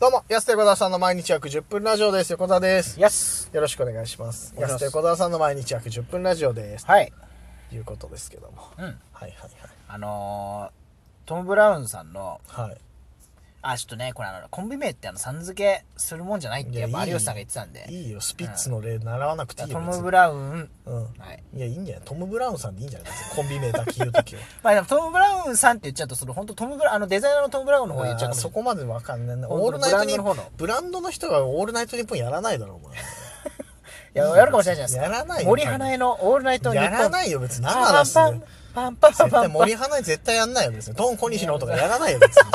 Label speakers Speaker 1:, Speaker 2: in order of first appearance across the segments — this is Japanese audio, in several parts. Speaker 1: どうも、安手小沢さんの毎日約10分ラジオです。横田です。
Speaker 2: やす
Speaker 1: よろしくお願いします。
Speaker 2: お願いし
Speaker 1: 安
Speaker 2: ま
Speaker 1: 手
Speaker 2: す
Speaker 1: 小沢さんの毎日約10分ラジオです。
Speaker 2: はい
Speaker 1: ということですけども。はい
Speaker 2: うん
Speaker 1: はい
Speaker 2: あのー、トム・ブラウンさんの
Speaker 1: はい。はい。
Speaker 2: あちょっとねこれあのコンビ名ってあのさん付けするもんじゃないっ
Speaker 1: い
Speaker 2: て
Speaker 1: や
Speaker 2: やっぱ
Speaker 1: いい
Speaker 2: 有吉さんが言ってたんで
Speaker 1: いいよ、スピッツの例習わなくていいよ。
Speaker 2: トム・ブ
Speaker 1: ラ
Speaker 2: ラウン
Speaker 1: ウン。うん。
Speaker 2: はい
Speaker 1: いや、いいんじゃないトム・ブラウンさんでいいんじゃない別にコンビ名だけ言うと きは。
Speaker 2: まあでもトム・ブラウンさんって言っちゃうとその本当トム・ブラウンあのデザイナーのトム・ブラウンの方言っちゃう
Speaker 1: あー
Speaker 2: かもし
Speaker 1: そ
Speaker 2: れない
Speaker 1: こまでわかんないな。
Speaker 2: 本当
Speaker 1: オールナイトに
Speaker 2: ブランドの方の、
Speaker 1: ブランドの人がオールナイトニッポンやらないだろ、お前。
Speaker 2: いややるかもしれないじゃないで
Speaker 1: やら
Speaker 2: すか
Speaker 1: ないよ
Speaker 2: 森花江の「オールナイトニッポン」
Speaker 1: やらないよ、別に。生
Speaker 2: パ
Speaker 1: だ
Speaker 2: ン
Speaker 1: し。
Speaker 2: パ ンパンパンパン
Speaker 1: 絶対
Speaker 2: パンパン
Speaker 1: 森花井絶対やんないよ別にドン小西のとかやらないよ 別に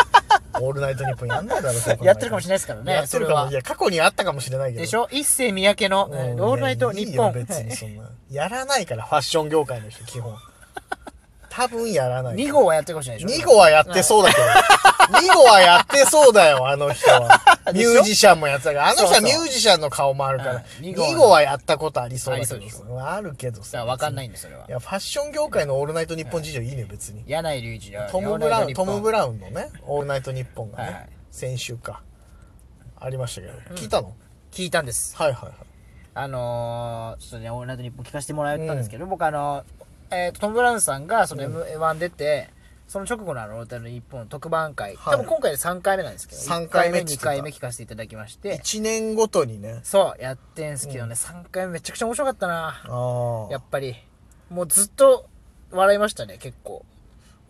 Speaker 1: オールナイトニッポンやんないだろそう考えら
Speaker 2: やってるかもしれないですからね
Speaker 1: やってる
Speaker 2: それ
Speaker 1: か
Speaker 2: は
Speaker 1: もいや過去にあったかもしれないけど
Speaker 2: でしょ一世三宅の
Speaker 1: う
Speaker 2: 「オ
Speaker 1: ん
Speaker 2: ールナイトニッポン
Speaker 1: いやいいよ」別に
Speaker 2: はい
Speaker 1: そんな やらないからファッション業界の人基本多分やらない
Speaker 2: 二号はやってるかもしれないでし
Speaker 1: 2
Speaker 2: ょ
Speaker 1: 号はやってそうだけど、2号 はやってそうだよ、あの人は。ミ
Speaker 2: でしょ
Speaker 1: ュージシャンもやってたから、あの人
Speaker 2: そ
Speaker 1: は
Speaker 2: う
Speaker 1: ミ
Speaker 2: そう
Speaker 1: ュージシャンの顔もあるから、
Speaker 2: うん
Speaker 1: 2
Speaker 2: 2
Speaker 1: 号
Speaker 2: 号
Speaker 1: は
Speaker 2: は
Speaker 1: やったことありそうだけ
Speaker 2: ありそう
Speaker 1: ど、あるけど
Speaker 2: だか
Speaker 1: さ。
Speaker 2: ら分かんないんですそれはい
Speaker 1: や、ファッション業界のオールナイトニッポン事情いいね、別に。
Speaker 2: 柳井隆一の
Speaker 1: トム・ブラウン、トム・ブラウンのね、オールナイトニッポンがね、
Speaker 2: はいはい
Speaker 1: 先週か、ありましたけど、聞いたの
Speaker 2: 聞いたんです
Speaker 1: はいはいはい。
Speaker 2: あのー、ちょっとね、オールナイトニッポン聞かせてもらったんですけど、僕あのー、えーと、トム・ブラウンさんがその M1 出て、その直後のあの、オールナイトニッポンの特番会、
Speaker 1: はい
Speaker 2: 多分今回で3回目なんですけど、
Speaker 1: 三回目
Speaker 2: 1 2回目聞かせていただきまして、
Speaker 1: 1年ごとにね、
Speaker 2: そう、やってんすけどね、三3回目めちゃくちゃ面白かったな、
Speaker 1: あ
Speaker 2: や
Speaker 1: あ
Speaker 2: っ。ぱり。もうずっと笑いましたね、結構。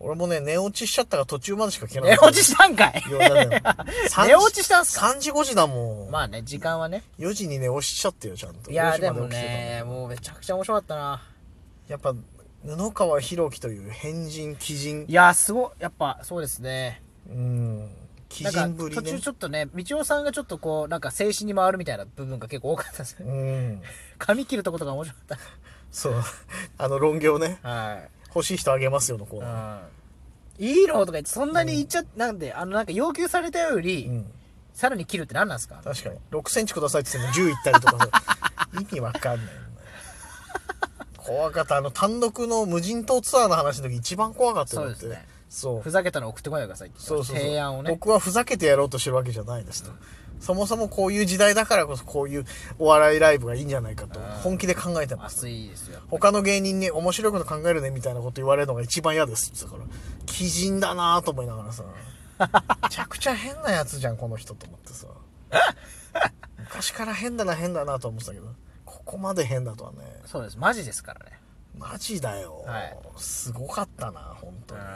Speaker 1: 俺もね、寝落ちしちゃったから途中までしか聞けなか
Speaker 2: 寝
Speaker 1: った。
Speaker 2: 落ちしたんか い
Speaker 1: いやだって3時
Speaker 2: 寝落ちしたんすか
Speaker 1: ?3 時5時だもん。
Speaker 2: まあね、時間はね。
Speaker 1: 4時にね、押しちゃってよ、ちゃんと。
Speaker 2: い
Speaker 1: 4
Speaker 2: やー
Speaker 1: 時
Speaker 2: で
Speaker 1: ま
Speaker 2: も
Speaker 1: 起きてたんだ
Speaker 2: ね、もうめちゃくちゃ面白かったな。
Speaker 1: やっぱ、布川博樹という変人、奇人
Speaker 2: い。やーすごい、やっぱそうですね。
Speaker 1: うん。奇
Speaker 2: なんか
Speaker 1: 人ぶり
Speaker 2: 途中
Speaker 1: ね
Speaker 2: ち。ょっとね、道夫さんがちょっとこう、なんか静止に回るみたいな部分が結構多かった ですね。
Speaker 1: うん。
Speaker 2: 髪切るとことか面白かっ
Speaker 1: そう。あの論議をね、
Speaker 2: た。はい。
Speaker 1: 欲しい人あげますよのコーナー。
Speaker 2: うん。いいのとか言って、そんなに言っちゃ、なんで、あの、なんか要求されたより、
Speaker 1: うん。
Speaker 2: さらに切るって何なんですか
Speaker 1: 確かに。6センチくださいって言っても10いったりとか さ。意味わかんないよね。怖かった。あの、単独の無人島ツアーの話の時一番怖かったよだって
Speaker 2: そうですね
Speaker 1: そう
Speaker 2: ふ。ざけたの送ってこないでくださいって言って
Speaker 1: そう
Speaker 2: まし
Speaker 1: そ
Speaker 2: た
Speaker 1: うそう
Speaker 2: 提案をね。
Speaker 1: 僕はふざけてやろうとしてるわけじゃないですと、そもそもこういう時代だからこそこういうお笑いライブがいいんじゃないかと本気で考えてます
Speaker 2: 熱いですよ。
Speaker 1: 他の芸人に面白いこと考えるねみたいなこと言われるのが一番嫌ですって言ってたから奇人だなぁと思いながらさめちゃくちゃ変なやつじゃんこの人と思ってさ昔から変だな変だなと思ってたけどここまで変だとはね
Speaker 2: そうです。マジですからね。
Speaker 1: マジだよ、
Speaker 2: はい
Speaker 1: すごかったな本当
Speaker 2: う
Speaker 1: に
Speaker 2: ん。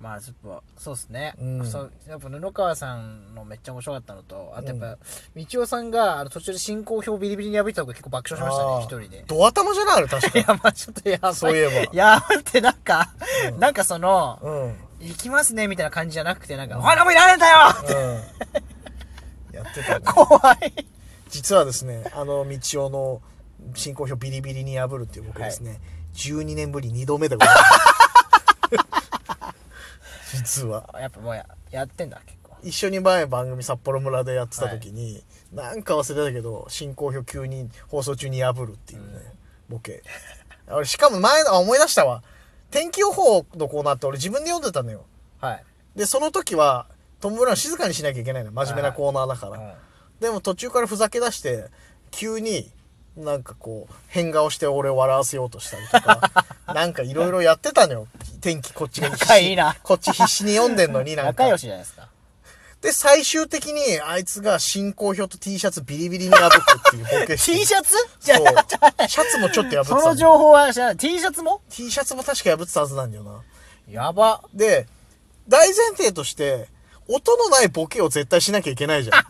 Speaker 2: まあ、ちょっと、そうですね。
Speaker 1: うん
Speaker 2: そうやっぱ、布川さんのめっちゃ面白かったのと、あとやっぱ、道夫さんが、あの、途中で進行表をビリビリに破いた方が結構爆笑しま
Speaker 1: あー
Speaker 2: したね、一人で。
Speaker 1: ドア玉じゃないあれ確
Speaker 2: い
Speaker 1: か
Speaker 2: や、まあちょっとやばい。
Speaker 1: そういえば
Speaker 2: やばいってなんか、なんかその、
Speaker 1: うん
Speaker 2: 行きますねみたいな感じじゃなくて、なんか、お花もいられんだよ
Speaker 1: うんやってたね
Speaker 2: 怖い。
Speaker 1: 実はですねあの道夫の進行表ビリビリに破るっていう僕ですね、12年ぶり2度目でございます 実は
Speaker 2: やっぱもうや、やってんだ、結構。
Speaker 1: 一緒に前番組札幌村でやってた時に、なんか忘れたけど進行表急に放送中に破るっていうね、ボケあれしかも前のあ思い出したわ天気予報のコーナーって俺自分で読んでたのよ
Speaker 2: はい。
Speaker 1: でその時はトム・ブラウン静かにしなきゃいけないの真面目なコーナーだから、でも途中からふざけ出して急になんかこう変顔して俺を笑わせようとしたりと かなんかいろいろやってたのよ天気こっちが必
Speaker 2: 仲
Speaker 1: 死
Speaker 2: いいな
Speaker 1: こっち必死に読んでんのになんか
Speaker 2: 仲良しじゃないですか。
Speaker 1: で最終的にあいつが進行表と T シャツビリビリに破くっていうボケ
Speaker 2: T シ
Speaker 1: ャ
Speaker 2: ャツじ
Speaker 1: ツ
Speaker 2: ゃ
Speaker 1: そう
Speaker 2: あ、
Speaker 1: シャツもちょっと破って
Speaker 2: その
Speaker 1: たの
Speaker 2: 情報は知らない。T シャツも
Speaker 1: T シャツも確か破ってたはずなんだよな
Speaker 2: やば。
Speaker 1: で大前提として音のないボケを絶対しなきゃいけないじゃん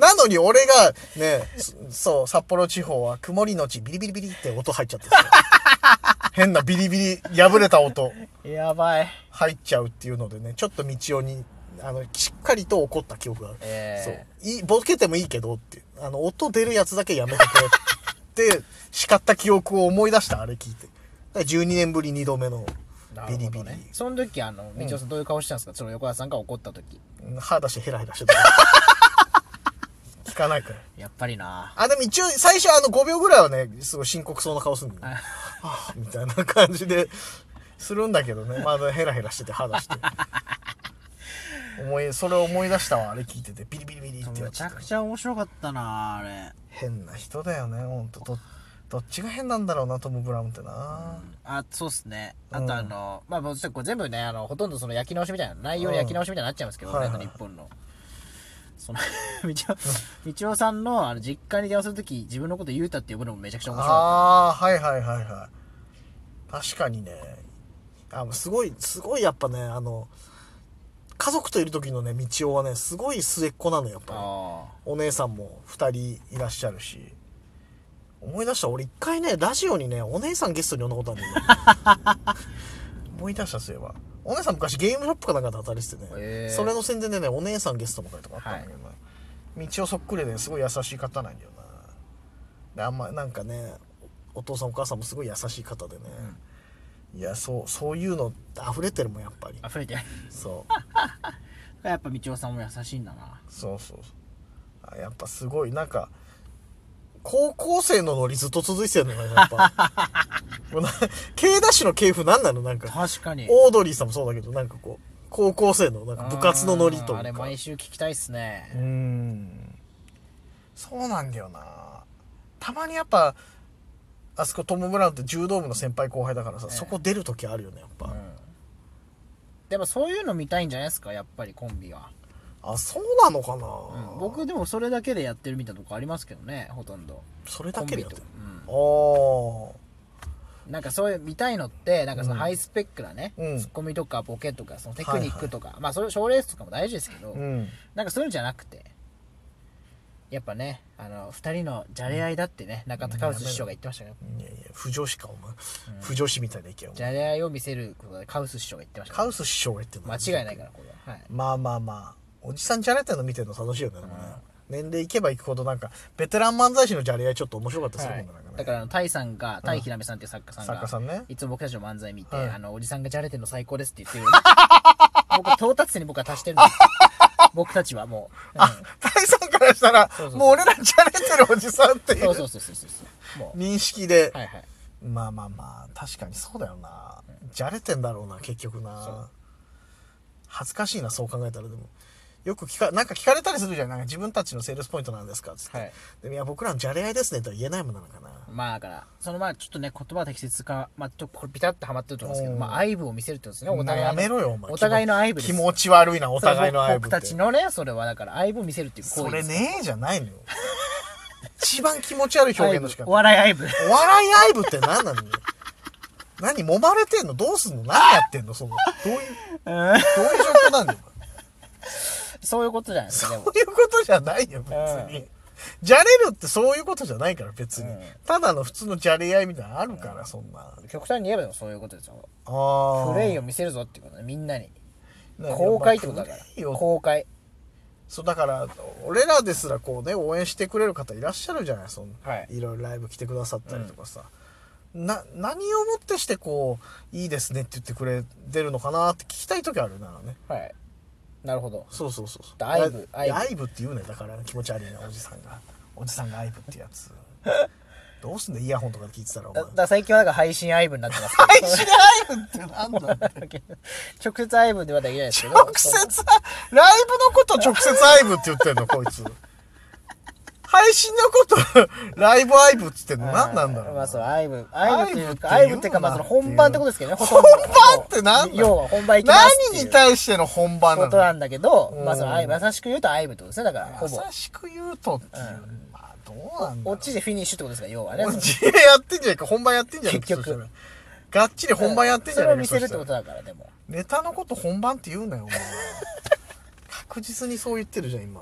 Speaker 1: なのに俺がねそそう札幌地方は曇りのちビリビリビリって音入っちゃってさ変なビリビリ破れた音
Speaker 2: やばい。
Speaker 1: 入っちゃうっていうのでねちょっと道をにあのしっかりと怒った記憶がある、
Speaker 2: え
Speaker 1: そういいボケてもいいけどってあの音出るやつだけやめてくれって叱った記憶を思い出したあれ聞いてだから12年ぶり2度目のビリビリ、
Speaker 2: その時、あの、道夫さんどういう顔してたんですかその横田さんが怒った時。
Speaker 1: 歯出してヘラヘラしてた。聞かないから。
Speaker 2: やっぱりな
Speaker 1: あ、でも一応、最初あの5秒ぐらいはね、すごい深刻そうな顔するんだよ。
Speaker 2: あ
Speaker 1: はぁみたいな感じで、するんだけどね。まだヘラヘラしてて歯出して。思いそれを思い出したわあれ聞いててビリビリビリってや
Speaker 2: め
Speaker 1: つ
Speaker 2: ちゃくちゃ面白かったなあれ
Speaker 1: 変な人だよねほんとどどっちが変なんだろうなトム・ブラウンってな、
Speaker 2: あそうっすね
Speaker 1: うん
Speaker 2: あとあの、まあもうちょっとこれ全部ねあのほとんどその焼き直しみたいな内容で焼き直しみたいになっちゃいますけど、
Speaker 1: うん
Speaker 2: 俺
Speaker 1: はい
Speaker 2: の
Speaker 1: はい
Speaker 2: 日本のその みちおみちおさんのあの実家に電話するとき自分のこと言うたって呼ぶのもめちゃくちゃ面白かっ
Speaker 1: ああはいはいはいはい確かにねあすごいすごいやっぱねあの家族といる時のね道夫はねすごい末っ子なのやったぱり
Speaker 2: あ
Speaker 1: お姉さんも2人いらっしゃるし思い出した俺一回ねラジオにねお姉さんゲストに呼んだことあるんだよ 思い出したそういえばお姉さん昔ゲームショップかなんかで働いててね、
Speaker 2: へえ
Speaker 1: それの宣伝でねお姉さんゲストの会とかあったんだけどね、道をそっくりで、すごい優しい方なんだよなであんまなんかねお父さんお母さんもすごい優しい方でね、いやそうそういうの溢れてるもんやっぱり
Speaker 2: あ溢れてる
Speaker 1: そう
Speaker 2: やっぱみちおさんも優しいんだな
Speaker 1: そうそうそうあやっぱすごいなんか高校生のノリずっと続いてるのがやっぱ もうな K ダッシュの系譜なんなのなんか
Speaker 2: 確かに
Speaker 1: オードリーさんもそうだけどなんかこう高校生のなんか部活のノリと
Speaker 2: うんあ
Speaker 1: い
Speaker 2: れ
Speaker 1: うか
Speaker 2: 毎週聞きたいっす
Speaker 1: う
Speaker 2: ね
Speaker 1: んそうなんだよなたまにやっぱあそこトム・ブラウンって柔道部の先輩後輩だからさ、そこ出る時あるよねやっぱ、
Speaker 2: うんでもそういうの見たいんじゃないですかやっぱりコンビは、
Speaker 1: あそうなのかな、
Speaker 2: うん、僕でもそれだけでやってるみたいなとこありますけどねほとんど
Speaker 1: それだけでやってる
Speaker 2: コンビとうん
Speaker 1: ああ
Speaker 2: なんかそういう見たいのってなんかそのハイスペックなね、
Speaker 1: うん
Speaker 2: ツッコミとかボケとかそのテクニックとか、まあそれ賞レースとかも大事ですけど、
Speaker 1: うん
Speaker 2: なんかそういうのじゃなくてやっぱねあの2人のじゃれ合いだってね、中田カウス師匠が言ってましたけど、
Speaker 1: いやいや、不女子か、お前。不女子みたいな意見を。
Speaker 2: じゃれ合いを見せることでカウス師匠が言ってましたか
Speaker 1: カウス師匠が言ってるの
Speaker 2: ら間違いないからこれは、はい、
Speaker 1: まあまあまあ、おじさんじゃれてるの見てるの楽しいよね、でもね。年齢いけばいくほど、なんか、ベテラン漫才師のじゃれ合いちょっと面白かったりするもんね、なんか
Speaker 2: だ
Speaker 1: ね。
Speaker 2: からあのタイさんがタイひらめさんっていう作家さんが、
Speaker 1: 作家さんね
Speaker 2: いつも僕たちの漫才見て、
Speaker 1: はい
Speaker 2: あのおじさんがじゃれてるの最高ですって 言ってる僕到達点に僕は達してるんですよ僕たちはもう、うん
Speaker 1: あ、 大さんからしたら、
Speaker 2: そうそう
Speaker 1: もう俺らじゃれてるおじさんってい
Speaker 2: そううそうそうそうそうも
Speaker 1: 認識で
Speaker 2: う、はいはい
Speaker 1: まあまあまあ、確かにそうだよな。じゃれてんだろうな、結局な。恥ずかしいな、そう考えたらでも。よく聞か、なんか聞かれたりするじゃん。なんか自分たちのセールスポイントなんですかつって。
Speaker 2: はい
Speaker 1: でもいや、僕らのじゃれ合いですねとは言えないもんなのかな。
Speaker 2: まあだからそのまあちょっとね言葉は適切かまあちょっとこれピタッとはまってると思うんですけ
Speaker 1: う
Speaker 2: ど
Speaker 1: ん
Speaker 2: まあ愛部を見せるってことですねお
Speaker 1: お互
Speaker 2: 互
Speaker 1: い
Speaker 2: い
Speaker 1: や
Speaker 2: の
Speaker 1: めろよ、お前。
Speaker 2: お互いの愛部です
Speaker 1: 気持ち悪いな、お
Speaker 2: それ
Speaker 1: 互いの愛部
Speaker 2: 僕
Speaker 1: って。
Speaker 2: たちのねそれはだから愛部を見せるっていう行
Speaker 1: そ
Speaker 2: 為で
Speaker 1: れ
Speaker 2: す
Speaker 1: ねえじゃないのよ。一番気持ち悪い表現の仕
Speaker 2: 愛
Speaker 1: 方。
Speaker 2: 部お
Speaker 1: お
Speaker 2: 笑い愛部
Speaker 1: 笑い愛部って何なのよ。何、揉まれてんのどうすんの何やってんのその、どう いう、どういう状況なんだよ。
Speaker 2: そういうことじゃないですか
Speaker 1: そう
Speaker 2: で
Speaker 1: いう
Speaker 2: も
Speaker 1: ことじゃないよ、別に。じゃれるってそういうことじゃないから、別に
Speaker 2: うん。
Speaker 1: ただの普通のじゃれ合いみたいなのあるから、そんな。
Speaker 2: 極端に言えばでもそういうことですよ
Speaker 1: あー
Speaker 2: プレイを見せるぞっていうことねみんなに
Speaker 1: なんか
Speaker 2: 公開ってことだか
Speaker 1: プレイ
Speaker 2: ら
Speaker 1: を
Speaker 2: 公開
Speaker 1: そうだから俺らですらこうね応援してくれる方いらっしゃるじゃないその、
Speaker 2: はい
Speaker 1: いろいろライブ来てくださったりとかさ、な何をもってしてこういいですねって言ってくれてるのかなって聞きたい時あるならね
Speaker 2: はいなるほど
Speaker 1: そうそうそうそう
Speaker 2: だ愛部
Speaker 1: あいや
Speaker 2: 愛
Speaker 1: 愛部って言うねだから気持ち悪いなおじさんがおじさんが愛部ってや つどうすんだイヤホンとかで聞いてたらお
Speaker 2: だ
Speaker 1: 前
Speaker 2: だから最近はだから配信愛部になってますけど
Speaker 1: 配信愛部ってなんだ
Speaker 2: 直接愛部ではできないですけど
Speaker 1: 直接、ライブのこと直接アイブって言ってんの、こいつ。配信のこと、ライブアイブって言ってんの、何なんだろう
Speaker 2: ま
Speaker 1: な。
Speaker 2: あそう、アイブ、アイブっていうか、ア
Speaker 1: ア
Speaker 2: イ
Speaker 1: イ
Speaker 2: ブ
Speaker 1: ブ
Speaker 2: っ
Speaker 1: ってていうう
Speaker 2: いか、
Speaker 1: の
Speaker 2: まあ
Speaker 1: は
Speaker 2: その本番ってことですけどね、ほと
Speaker 1: 本
Speaker 2: んど
Speaker 1: 番って何なの
Speaker 2: 要は本番行きますってい
Speaker 1: 何
Speaker 2: う
Speaker 1: に対しての本番な
Speaker 2: こと
Speaker 1: の
Speaker 2: なんだけど、
Speaker 1: うん
Speaker 2: まあそのアイブ、優しく言うとアイブってことですね、だから、ほぼ
Speaker 1: 優。しく言うとっていう。まあ、どうなんだろう
Speaker 2: オ。チでフィニッシュってことですから、要はね。
Speaker 1: オチでやってんじゃないか、本番やってんじゃないか。
Speaker 2: 結局
Speaker 1: そしたらがっちり本番やってんじ
Speaker 2: そ
Speaker 1: ゃ
Speaker 2: れ
Speaker 1: な
Speaker 2: を
Speaker 1: いか。
Speaker 2: 見せるって
Speaker 1: そ
Speaker 2: こ
Speaker 1: した
Speaker 2: とだから、でも。
Speaker 1: らネタのこと本番って言うなよ、お 前確実にそう言ってるじゃん、今。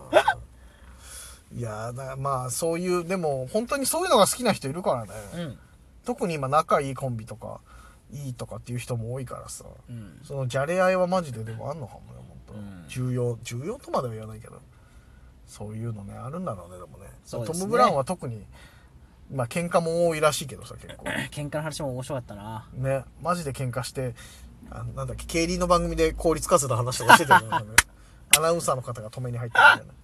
Speaker 1: いやーだまあそういうでも本当にそういうのが好きな人いるからね、
Speaker 2: うん。
Speaker 1: 特に今仲いいコンビとかいいとかっていう人も多いからさ、
Speaker 2: うん。
Speaker 1: そのじゃれ合いはマジででもあんのかもね本当、
Speaker 2: うん
Speaker 1: 重要重要とまでは言わないけどそういうのねあるんだろうねでもね
Speaker 2: そうで
Speaker 1: ト
Speaker 2: すね
Speaker 1: ム・ブラウンは特にまあ喧嘩も多いらしいけどさ結 構
Speaker 2: 喧嘩の話も面白かったな。
Speaker 1: ねマジで喧嘩してあなんだっけ競輪の番組で効率化する話とかしてたよねなんか ねアナウンサーの方が止めに入ってたみたいな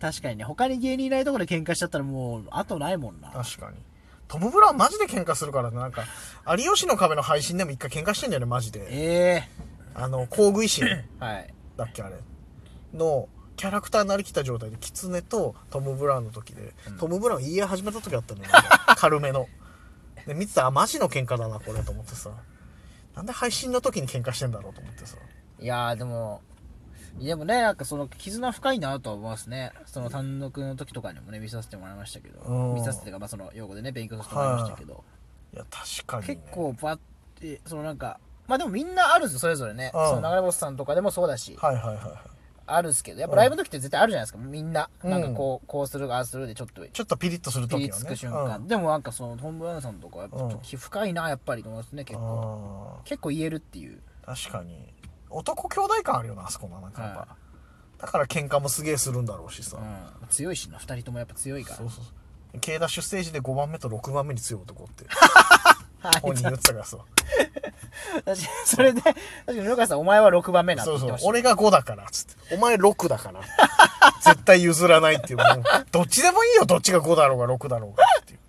Speaker 2: 確かにね、他に芸人いないところで喧嘩しちゃったらもう、後ないもんな。
Speaker 1: 確かにトム・ブラウンマジで喧嘩するからねなんか有吉の壁の配信でも一回喧嘩してんだよねマジで
Speaker 2: ええ
Speaker 1: あの工具維新
Speaker 2: はい。
Speaker 1: だっけあれのキャラクターになりきった状態でキツネとトム・ブラウンの時で、トム・ブラウン言い合い始めた時あ ったのよ軽めので見てたらあマジの喧嘩だなこれと思ってさなんで配信の時に喧嘩してんだろうと思ってさ
Speaker 2: いやーでもでもねなんかその絆深いなとは思いますねその単独の時とかにもね見させてもらいましたけ
Speaker 1: う
Speaker 2: ど
Speaker 1: ん
Speaker 2: 見させてかまあその用語でね勉強させてもらいましたけど
Speaker 1: いや確かに、ね、
Speaker 2: 結構バッてそのなんかまあでもみんなあるんですよそれぞれね
Speaker 1: うん
Speaker 2: その流れ星さんとかでもそうだし
Speaker 1: はいはいはいはい
Speaker 2: あるんすけどやっぱライブの時って絶対あるじゃないですかみんな
Speaker 1: うん
Speaker 2: なんかこうこうするああするでちょっと
Speaker 1: ちょっとピリッとする
Speaker 2: ピ
Speaker 1: 時
Speaker 2: リ
Speaker 1: は
Speaker 2: つ
Speaker 1: ね
Speaker 2: く瞬
Speaker 1: う
Speaker 2: 間
Speaker 1: ん
Speaker 2: でもなんかそのトム・ブラウンさんとかはやっぱちょっと
Speaker 1: うん
Speaker 2: 気深いなやっぱりと思いますね結構
Speaker 1: あ
Speaker 2: 結構言えるっていう
Speaker 1: ー確かに男兄弟感あるよなあそこのなんかやっぱ、
Speaker 2: はい
Speaker 1: だから喧嘩もすげえするんだろうしさ、
Speaker 2: うん強いしな2人ともやっぱ強いか
Speaker 1: そうそうそう軽ダッシュステージで5番目と6番目に強い男って
Speaker 2: ら
Speaker 1: 本人言ってたからさ
Speaker 2: 確かにそれで、確かに、ルカさん、お前は6番目なって
Speaker 1: そ
Speaker 2: 言
Speaker 1: う
Speaker 2: って
Speaker 1: そう
Speaker 2: ま
Speaker 1: 俺
Speaker 2: したね。
Speaker 1: が5だからっつってお前6だから絶対譲らないっていうもうどっちでもいいよどっちが5だろうが6だろうがっていう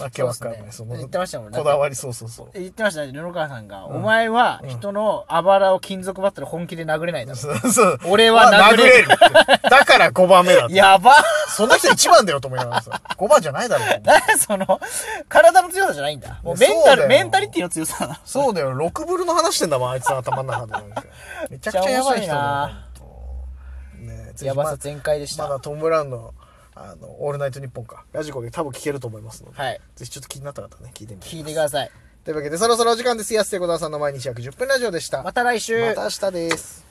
Speaker 1: わけわかんない
Speaker 2: そ
Speaker 1: そう
Speaker 2: っすね
Speaker 1: の
Speaker 2: 言ってましたもんね
Speaker 1: こだわりそうそうそう
Speaker 2: 言ってましたね、布川さんが、お前は人のあばらを金属バットで本気で殴れないだろ。
Speaker 1: そうそう
Speaker 2: 俺は
Speaker 1: まあ
Speaker 2: 殴れる
Speaker 1: ってだから5番目だって
Speaker 2: やばっ
Speaker 1: その人1番だよと思いながらさ5番じゃないだろうと思って
Speaker 2: 何その、体の強さじゃないんだ。もうメン
Speaker 1: そ
Speaker 2: タ
Speaker 1: うだ
Speaker 2: ル、
Speaker 1: よ
Speaker 2: メンタリティの強さだ
Speaker 1: そうだよ、6ブルの話してんだもん、あいつの頭の中でなんか。めちゃくちゃやばい人だよ。ほんとねえ
Speaker 2: な。やばさ
Speaker 1: ぜ
Speaker 2: 全開でし
Speaker 1: ひま
Speaker 2: た。
Speaker 1: まだトム・ブラウンの、あの、オールナイトニッポンか、ラジコで多分聞けると思いますので、
Speaker 2: はい。
Speaker 1: ぜひちょっと気になった方はね、聞いてみて
Speaker 2: 聞い
Speaker 1: く
Speaker 2: て
Speaker 1: だ
Speaker 2: く
Speaker 1: さい。
Speaker 2: ださい。
Speaker 1: というわけで、そろそろお時間です。安瀬小沢さんの毎日約10分ラジオでした。
Speaker 2: また来週。
Speaker 1: また明日です。